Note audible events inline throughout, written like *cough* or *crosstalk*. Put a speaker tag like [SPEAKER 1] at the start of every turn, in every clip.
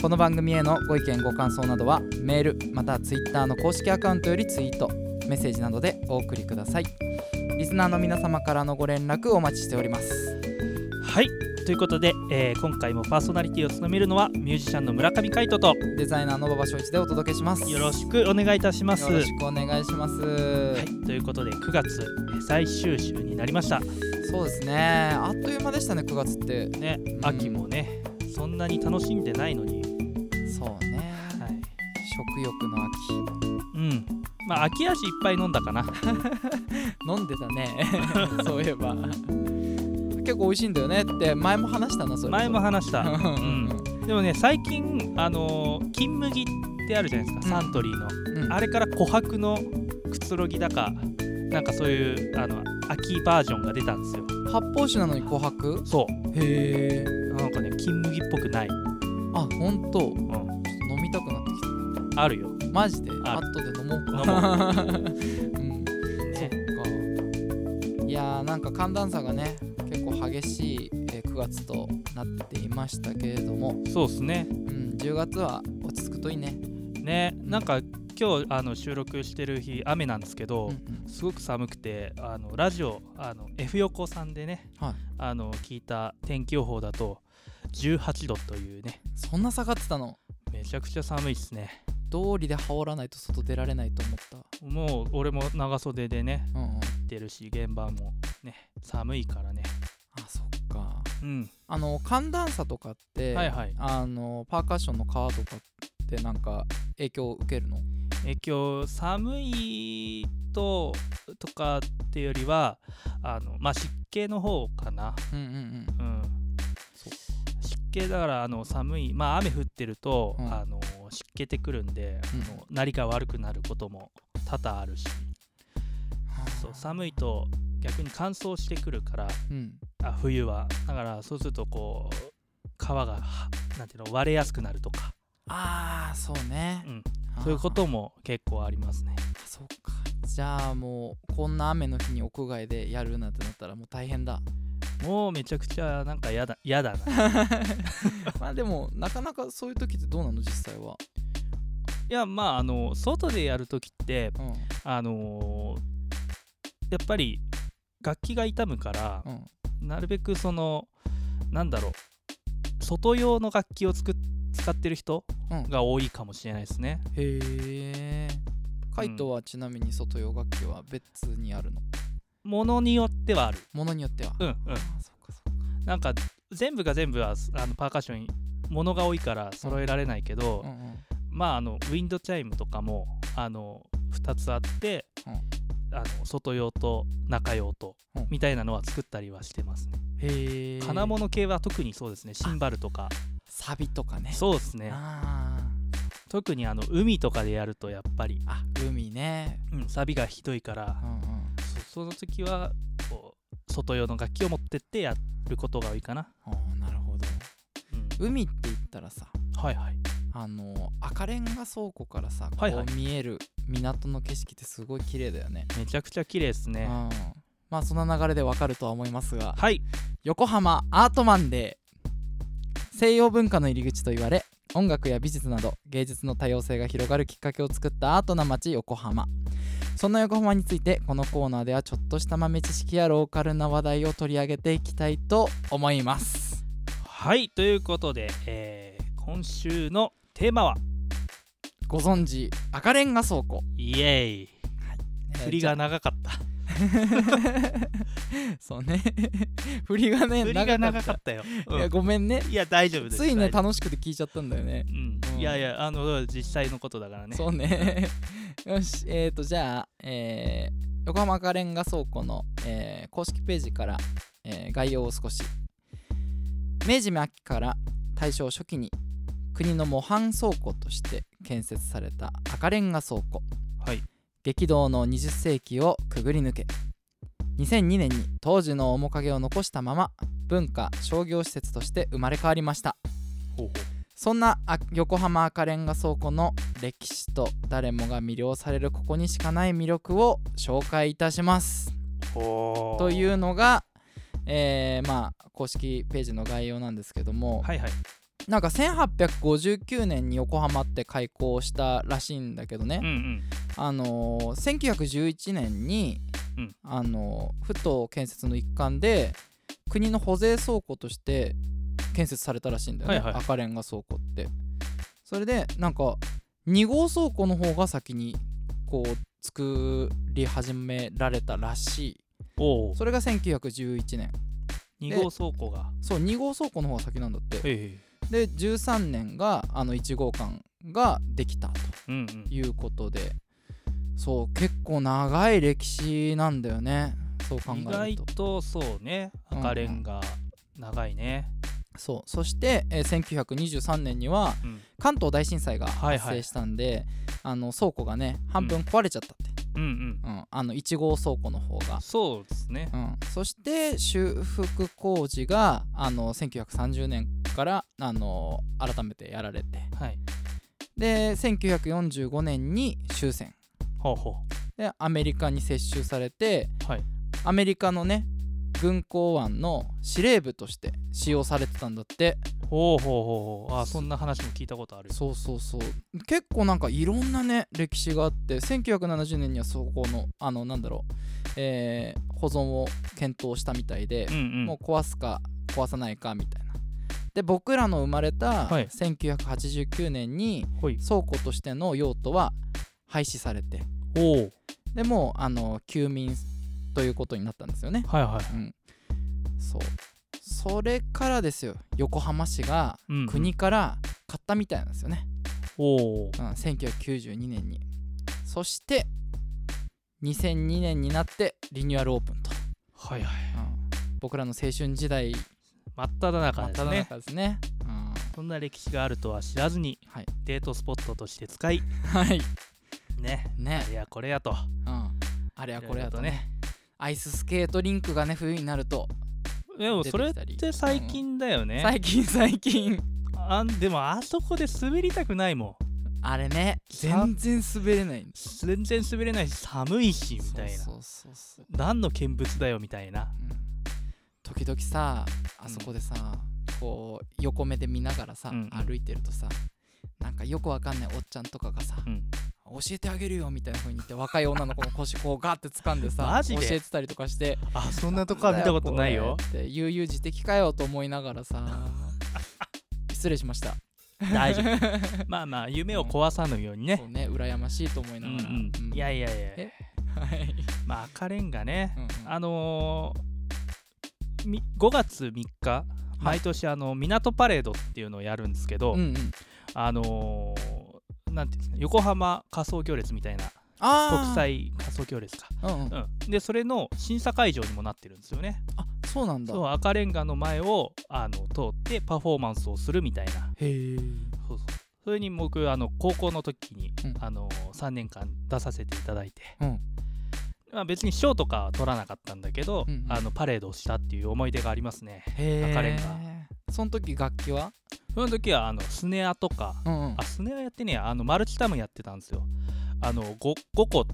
[SPEAKER 1] この番組へのご意見ご感想などはメールまたはツイッターの公式アカウントよりツイートメッセージなどでお送りくださいリスナーの皆様からのご連絡お待ちしております
[SPEAKER 2] はいということで、えー今回もパーソナリティを務めるのはミュージシャンの村上海人と
[SPEAKER 1] デザイナーの馬場翔一でお届けします
[SPEAKER 2] よろしくお願いいたします
[SPEAKER 1] よろしくお願いします、
[SPEAKER 2] はいということで9月えー最終週になりました
[SPEAKER 1] そうですねあっという間でしたね9月って
[SPEAKER 2] ね
[SPEAKER 1] ん
[SPEAKER 2] 秋もねそんなに楽しんでないのに
[SPEAKER 1] そうね
[SPEAKER 2] はい
[SPEAKER 1] 食欲の秋
[SPEAKER 2] うんまあ秋足いっぱい飲んだかな
[SPEAKER 1] 飲んでたねそういえば結構美味しいんだよねって前も話したなそれ
[SPEAKER 2] 前も話し
[SPEAKER 1] う
[SPEAKER 2] た
[SPEAKER 1] んうん
[SPEAKER 2] でもね最近あのー金麦ってあるじゃないですか、
[SPEAKER 1] うん
[SPEAKER 2] サントリーの
[SPEAKER 1] うん
[SPEAKER 2] あれから琥珀のくつろぎだかなんかそういうあの秋バージョンが出たんですよ
[SPEAKER 1] 発泡酒なのに琥珀
[SPEAKER 2] そ
[SPEAKER 1] へえ
[SPEAKER 2] うなんかね金麦っぽくない、
[SPEAKER 1] あ本当ちょ
[SPEAKER 2] う
[SPEAKER 1] っ
[SPEAKER 2] ん、
[SPEAKER 1] と飲みたくなってき
[SPEAKER 2] あるよ、
[SPEAKER 1] たマジで
[SPEAKER 2] あ
[SPEAKER 1] 後で飲もう
[SPEAKER 2] 飲
[SPEAKER 1] か *laughs* う
[SPEAKER 2] ね、
[SPEAKER 1] んかいやーなんか寒暖差がね結構激しいえー9月となっていましたけれども、
[SPEAKER 2] そうっすね
[SPEAKER 1] うん、10月は落ち着くといいね、
[SPEAKER 2] ねなんか今日あの収録してる日雨なんですけど、
[SPEAKER 1] うんうん
[SPEAKER 2] すごく寒くてあのラジオあの F 横さんでね、
[SPEAKER 1] はい
[SPEAKER 2] あの聞いた天気予報だと18度というね
[SPEAKER 1] そんな下がってたの
[SPEAKER 2] めちゃくちゃ寒いですね
[SPEAKER 1] 道理で羽織らないと外出られないと思っ
[SPEAKER 2] もう俺も長袖でね
[SPEAKER 1] たうんうん
[SPEAKER 2] 行ってるし現場もね寒いからね
[SPEAKER 1] あそっか
[SPEAKER 2] うん
[SPEAKER 1] あの寒暖差とかって、
[SPEAKER 2] はいはい
[SPEAKER 1] あのパーカッションの皮とかってなんか影響を受けるの
[SPEAKER 2] え今日寒いととかっていうよりはあのまあ湿気の方かな
[SPEAKER 1] うんうんうん
[SPEAKER 2] うん
[SPEAKER 1] そ
[SPEAKER 2] 湿気だからあの寒いまあ雨降ってると、
[SPEAKER 1] うん
[SPEAKER 2] あの湿気てくるんで、
[SPEAKER 1] うん
[SPEAKER 2] あのなりが悪くなることも多々あるしそう寒いと逆に乾燥してくるから
[SPEAKER 1] うん
[SPEAKER 2] あ冬はだからそうするとこう皮がはなんていうの割れやすくなるとか
[SPEAKER 1] ああそうね、
[SPEAKER 2] うん
[SPEAKER 1] あー
[SPEAKER 2] そういうことも結構ありますね
[SPEAKER 1] あそっかじゃあもうこんな雨の日に屋外でやるなんてなったらもう大変
[SPEAKER 2] *laughs*
[SPEAKER 1] だ *laughs*
[SPEAKER 2] もうめちゃくちゃなんかやだやだない
[SPEAKER 1] まあでもなかなかそういう時ってどうなの実際は
[SPEAKER 2] やまああの外でやる時って
[SPEAKER 1] うん
[SPEAKER 2] あのーやっぱり楽器が傷むから、
[SPEAKER 1] うん
[SPEAKER 2] なるべくそのなんだろう外用の楽器を作っ使ってる人
[SPEAKER 1] うん
[SPEAKER 2] が多いかもしれないですね、
[SPEAKER 1] へえカイトはちなみに外洋楽器は別にあるの
[SPEAKER 2] ものによってはある
[SPEAKER 1] ものによっては、
[SPEAKER 2] うんうん
[SPEAKER 1] あそっかそっか
[SPEAKER 2] なんか全部が全部はあのパーカッションものが多いから揃えられないけど、
[SPEAKER 1] うんうん
[SPEAKER 2] まああのウィンドチャイムとかもあの2つあって、あの外用と中用と、
[SPEAKER 1] うん
[SPEAKER 2] みたいなのは作ったりはしてますね
[SPEAKER 1] へえ
[SPEAKER 2] 金物系は特にそうですねシンバルとか
[SPEAKER 1] サビとかね
[SPEAKER 2] そうですね
[SPEAKER 1] あ
[SPEAKER 2] 特にあの海とかでやるとやっぱり、
[SPEAKER 1] ーあ海ね
[SPEAKER 2] うん、サビがひどいから
[SPEAKER 1] うんうん
[SPEAKER 2] そその時はこう外用の楽器を持ってってやることが多いかな、
[SPEAKER 1] あーなるほど
[SPEAKER 2] うん
[SPEAKER 1] 海って言ったらさ
[SPEAKER 2] はいはい
[SPEAKER 1] あの赤レンガ倉庫からさこ
[SPEAKER 2] はいはいう
[SPEAKER 1] 見える港の景色ってすごい綺麗だよね、
[SPEAKER 2] めちゃくちゃ綺麗ですね
[SPEAKER 1] うんまあそんな流れでわかるとは思いますが
[SPEAKER 2] はい
[SPEAKER 1] 横浜アートマンデー西洋文化の入り口と言われ音楽や美術など芸術の多様性が広がるきっかけを作ったアートな街横浜そんな横浜についてこのコーナーではちょっとした豆知識やローカルな話題を取り上げていきたいと思います
[SPEAKER 2] はいということで、えー今週のテーマは
[SPEAKER 1] ご存知赤レンガ倉庫
[SPEAKER 2] イエーイ振りが長かった
[SPEAKER 1] えーじゃあ *laughs* そうね振りがね
[SPEAKER 2] *laughs* 振りが長かったよ、うん
[SPEAKER 1] いやごめんね
[SPEAKER 2] いや大丈夫です
[SPEAKER 1] ついね
[SPEAKER 2] 大丈夫
[SPEAKER 1] 楽しくて聞いちゃったんだよね
[SPEAKER 2] うん
[SPEAKER 1] うん
[SPEAKER 2] いやいやあの実際のことだからね
[SPEAKER 1] そうね。よし、えっ、ー、と、じゃあ、えー横浜赤レンガ倉庫の、えー公式ページから、えー概要を少し。明治末期から大正初期に国の模範倉庫として建設された赤レンガ倉庫
[SPEAKER 2] はい
[SPEAKER 1] 激動の20世紀をくぐり抜け2002年に当時の面影を残したまま文化商業施設として生まれ変わりました
[SPEAKER 2] ほうほ
[SPEAKER 1] そんなあ横浜赤レンガ倉庫の歴史と誰もが魅了されるここにしかない魅力を紹介いたします
[SPEAKER 2] うほ
[SPEAKER 1] といううのが、えーまあ公式ページの概要なんですけども、
[SPEAKER 2] はいはい
[SPEAKER 1] なんか1859年に横浜って開港したらしいんだけどね、
[SPEAKER 2] うんうん
[SPEAKER 1] あのー1911年に、
[SPEAKER 2] うん
[SPEAKER 1] あのーふと建設の一環で国の保税倉庫として建設されたらしいんだよね、
[SPEAKER 2] はいはい
[SPEAKER 1] 赤レンガ倉庫ってそれでなんか2号倉庫の方が先にこう作り始められたらし
[SPEAKER 2] おお
[SPEAKER 1] いそれが1911年
[SPEAKER 2] 2号倉庫が
[SPEAKER 1] そう2号倉庫の方が先なんだって
[SPEAKER 2] え
[SPEAKER 1] で13年があの1号館ができたと
[SPEAKER 2] えうんうん
[SPEAKER 1] いうことでそう結構長い歴史なんだよねそう考
[SPEAKER 2] 意
[SPEAKER 1] え
[SPEAKER 2] 外
[SPEAKER 1] ると
[SPEAKER 2] とそうね
[SPEAKER 1] うんうん
[SPEAKER 2] 赤レンガ長いね
[SPEAKER 1] そうそして、えー1923年には
[SPEAKER 2] うん
[SPEAKER 1] 関東大震災が
[SPEAKER 2] はいはい
[SPEAKER 1] 発生したんで、あの倉庫がね半分壊れちゃったって、
[SPEAKER 2] うんうん
[SPEAKER 1] うんあの1号倉庫の方が、
[SPEAKER 2] そうですね
[SPEAKER 1] うん、そして修復工事があの1930年からあの改めてやられて
[SPEAKER 2] はい
[SPEAKER 1] で1945年に終戦
[SPEAKER 2] ほうほ
[SPEAKER 1] でアメリカに接収されて
[SPEAKER 2] うはい
[SPEAKER 1] アメリカのね軍港湾の司令部として使用されてたんだって
[SPEAKER 2] ほうほうほうほうあそんな話も聞いたことある
[SPEAKER 1] そうそうそう結構なんかいろんなね歴史があって1970年にはそこのあのなんだろう、えー保存を検討したみたいで、
[SPEAKER 2] うんうん
[SPEAKER 1] もう壊すか壊さないかみたいなで僕らの生まれた
[SPEAKER 2] はい
[SPEAKER 1] 1989年に
[SPEAKER 2] ほい
[SPEAKER 1] 倉庫としての用途は廃止されて
[SPEAKER 2] おお
[SPEAKER 1] でもうあの休眠ということになったんですよね
[SPEAKER 2] はいはい
[SPEAKER 1] うん、そうそれからですよ横浜市が
[SPEAKER 2] うんうん
[SPEAKER 1] 国から買ったみたいなんですよね、
[SPEAKER 2] おお
[SPEAKER 1] うん1992年にそして2002年になってリニューアルオープンと、
[SPEAKER 2] はいはい
[SPEAKER 1] うん僕らの青春時代
[SPEAKER 2] 真っ只中
[SPEAKER 1] 真っ
[SPEAKER 2] で
[SPEAKER 1] 只
[SPEAKER 2] すね
[SPEAKER 1] 中ですねうん *laughs*
[SPEAKER 2] そんな歴史があるとは知らずに
[SPEAKER 1] はい
[SPEAKER 2] デートスポットとして使い
[SPEAKER 1] はい
[SPEAKER 2] ね
[SPEAKER 1] ね
[SPEAKER 2] いやこれやと
[SPEAKER 1] うんあれはこれやとね
[SPEAKER 2] いろいろ
[SPEAKER 1] アイススケートリンクがね冬になると
[SPEAKER 2] でも
[SPEAKER 1] 出てき
[SPEAKER 2] それった
[SPEAKER 1] り
[SPEAKER 2] て最近だよね
[SPEAKER 1] 最近最近
[SPEAKER 2] あんでもあそこで滑りたくないもん
[SPEAKER 1] あれね
[SPEAKER 2] さ
[SPEAKER 1] 全然滑れないんです
[SPEAKER 2] 全然滑れないし寒いしみたいな
[SPEAKER 1] そうそうそうそう
[SPEAKER 2] 何の見物だよみたいな
[SPEAKER 1] うん時々さあそこでさ、こう横目で見ながらさ、
[SPEAKER 2] うんうん
[SPEAKER 1] 歩いてるとさなんかよくわかんないおっちゃんとかがさ
[SPEAKER 2] う、ん
[SPEAKER 1] 教えてあげるよみたいな風に言って若い女の子の腰こうガーって掴んでさ
[SPEAKER 2] マジで
[SPEAKER 1] 教えてたりとかして
[SPEAKER 2] あそんなとこは見たことないよ
[SPEAKER 1] んだこれって悠々自適かよと思いなが
[SPEAKER 2] *laughs*
[SPEAKER 1] らさ失礼しました
[SPEAKER 2] 大丈夫まあまあ夢を壊さぬように
[SPEAKER 1] そ
[SPEAKER 2] ね
[SPEAKER 1] うね羨ましいと思い
[SPEAKER 2] うん
[SPEAKER 1] な
[SPEAKER 2] う
[SPEAKER 1] がら、
[SPEAKER 2] ん
[SPEAKER 1] うん
[SPEAKER 2] いやいやいや
[SPEAKER 1] えはい、
[SPEAKER 2] まあ赤レンガね
[SPEAKER 1] うんうん
[SPEAKER 2] あのーみ5月3日毎年あの港パレードっていうのをやるんですけど、
[SPEAKER 1] うんうん
[SPEAKER 2] あのーなんていうんですか横浜仮想行列みたいな
[SPEAKER 1] あー
[SPEAKER 2] 国際仮想行列か、
[SPEAKER 1] うんうん
[SPEAKER 2] うん、でそれの審査会場にもなってるんですよね
[SPEAKER 1] あそうなんだ
[SPEAKER 2] そう赤レンガの前をあの通ってパフォーマンスをするみたいな
[SPEAKER 1] へえ
[SPEAKER 2] そうそうそれに僕あの高校の時に、
[SPEAKER 1] うん
[SPEAKER 2] あの3年間出させていただいて、
[SPEAKER 1] うん
[SPEAKER 2] まあ、別に賞とかは取らなかったんだけど、
[SPEAKER 1] うんうん
[SPEAKER 2] あのパレードをしたっていう思い出がありますね
[SPEAKER 1] へー
[SPEAKER 2] 赤レンガ
[SPEAKER 1] その時楽器は
[SPEAKER 2] その時はあのスネアとか
[SPEAKER 1] うんうん
[SPEAKER 2] あスネアやってねえやあのマルチタムやってたんですよあの 5, 個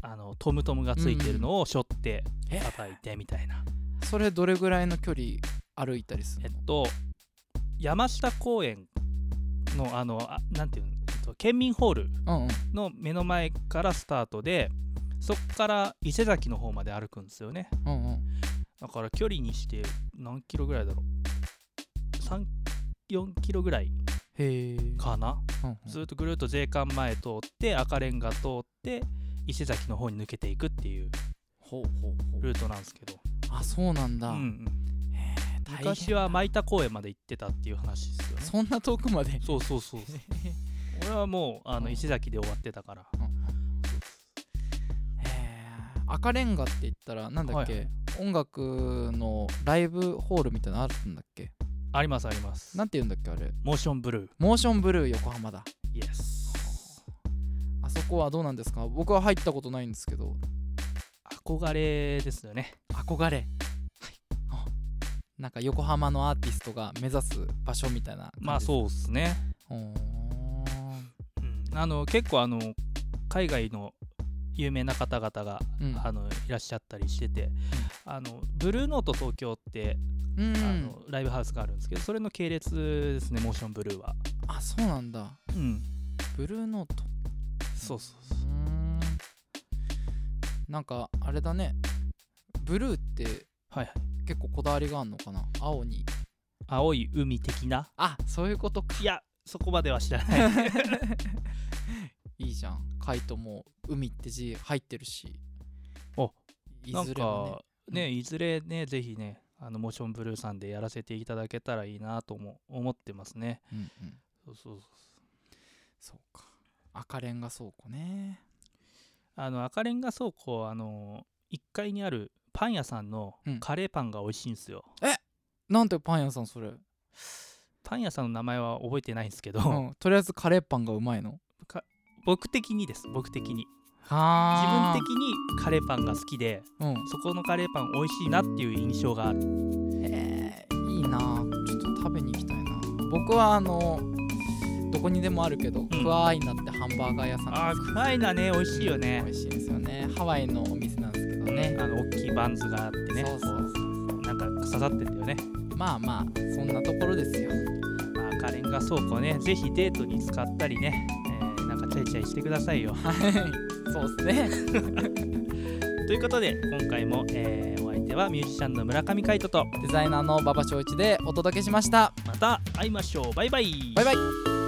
[SPEAKER 2] あのトムトムがついてるのを背負って
[SPEAKER 1] え
[SPEAKER 2] 叩いてみたいな、
[SPEAKER 1] それどれぐらいの距離歩いたりす
[SPEAKER 2] え
[SPEAKER 1] る
[SPEAKER 2] っ
[SPEAKER 1] の
[SPEAKER 2] と山下公園のあのあなんていうの、えっと、県民ホール
[SPEAKER 1] うんうん
[SPEAKER 2] の目の前からスタートでそっから伊勢崎の方まで歩くんですよね
[SPEAKER 1] うんうん
[SPEAKER 2] だから距離にして何キロぐらいだろう34キロぐらい
[SPEAKER 1] へえ
[SPEAKER 2] かな
[SPEAKER 1] うんうん
[SPEAKER 2] ずっとぐるっと税関前通って赤レンガ通って伊勢崎の方に抜けていくっていう
[SPEAKER 1] ほうほうほう
[SPEAKER 2] ルートなんですけど、
[SPEAKER 1] あそうなんだ
[SPEAKER 2] うんうん
[SPEAKER 1] へー大変
[SPEAKER 2] 昔は舞田公園まで行ってたっていう話ですよね
[SPEAKER 1] そんな遠くまで
[SPEAKER 2] そうそうそう
[SPEAKER 1] *laughs*
[SPEAKER 2] そう俺はもうあの
[SPEAKER 1] うん
[SPEAKER 2] 伊勢崎で終わってたから
[SPEAKER 1] へー赤レンガって言ったらなんだっけ音楽のライブホールみたいなのあるんだっけ
[SPEAKER 2] ありますあります
[SPEAKER 1] なんて言うんだっけあれ
[SPEAKER 2] モーションブルー
[SPEAKER 1] モーションブルー横浜だ
[SPEAKER 2] イエス
[SPEAKER 1] あそこはどうなんですか僕は入ったことないんですけど
[SPEAKER 2] 憧れですよね
[SPEAKER 1] 憧れ、あなんか横浜のアーティストが目指す場所みたいな感じ
[SPEAKER 2] まあそうですね、
[SPEAKER 1] う
[SPEAKER 2] うん、あの結構あの海外の有名な方々が、
[SPEAKER 1] うん
[SPEAKER 2] あのいらっしゃったりしてて、あのブルーノート東京って、
[SPEAKER 1] うん
[SPEAKER 2] あのライブハウスがあるんですけどそれの系列ですねモーションブルーは
[SPEAKER 1] あそうなんだ
[SPEAKER 2] うん
[SPEAKER 1] ブルーノート
[SPEAKER 2] そうそう
[SPEAKER 1] うーんなんかあれだねブルーって
[SPEAKER 2] はいはい
[SPEAKER 1] 結構こだわりがあるのかな青に
[SPEAKER 2] 青い海的な
[SPEAKER 1] あそういうことか
[SPEAKER 2] いやそこまでは知ら *laughs* ない
[SPEAKER 1] いいじゃんカイトも「海」って字入ってるし
[SPEAKER 2] お
[SPEAKER 1] い
[SPEAKER 2] なん
[SPEAKER 1] ずれもね
[SPEAKER 2] かねいずれねぜひねあのモーションブルーさんでやらせていただけたらいいなとも思ってますね
[SPEAKER 1] うんうん
[SPEAKER 2] そうそうそう
[SPEAKER 1] そうか赤レンガ倉庫ね
[SPEAKER 2] あの赤レンガ倉庫あの1階にあるパン屋さんの
[SPEAKER 1] うん
[SPEAKER 2] カレーパンが美味しいんですよ、
[SPEAKER 1] なんてパン屋さんそれ、う
[SPEAKER 2] パン屋さんの名前は覚えてないんですけど、
[SPEAKER 1] ん、とりあえずカレーパンがうまいの
[SPEAKER 2] 僕的にです僕的に自
[SPEAKER 1] は
[SPEAKER 2] 分的にカレーパンが好きで
[SPEAKER 1] 分
[SPEAKER 2] そこのカレーパン美味しいなっていう印象がある
[SPEAKER 1] うんえー、いいなぁちょっと食べに行きたいな僕はあのどこにでもあるけど、クワアイナってハンバーガー屋さん
[SPEAKER 2] あークワイナね美味しいよね
[SPEAKER 1] 美味しいですよねハワイのお店なんですけどね
[SPEAKER 2] あの大きいバンズがあってね
[SPEAKER 1] そうそうそう
[SPEAKER 2] こうなんか刺さってんだよね、
[SPEAKER 1] まあまあそんなところですよ
[SPEAKER 2] まあ、赤レンガ倉庫ねぜひデートに使ったりね、えーなんかチャイチャイしてください
[SPEAKER 1] *laughs*
[SPEAKER 2] よ
[SPEAKER 1] はいそうです *laughs* ね
[SPEAKER 2] ということで今回も、えーお相手はミュージシャンの村上海人と
[SPEAKER 1] デザイナーの馬場翔一でお届けしました
[SPEAKER 2] また会いましょうバイバイ
[SPEAKER 1] バイバイ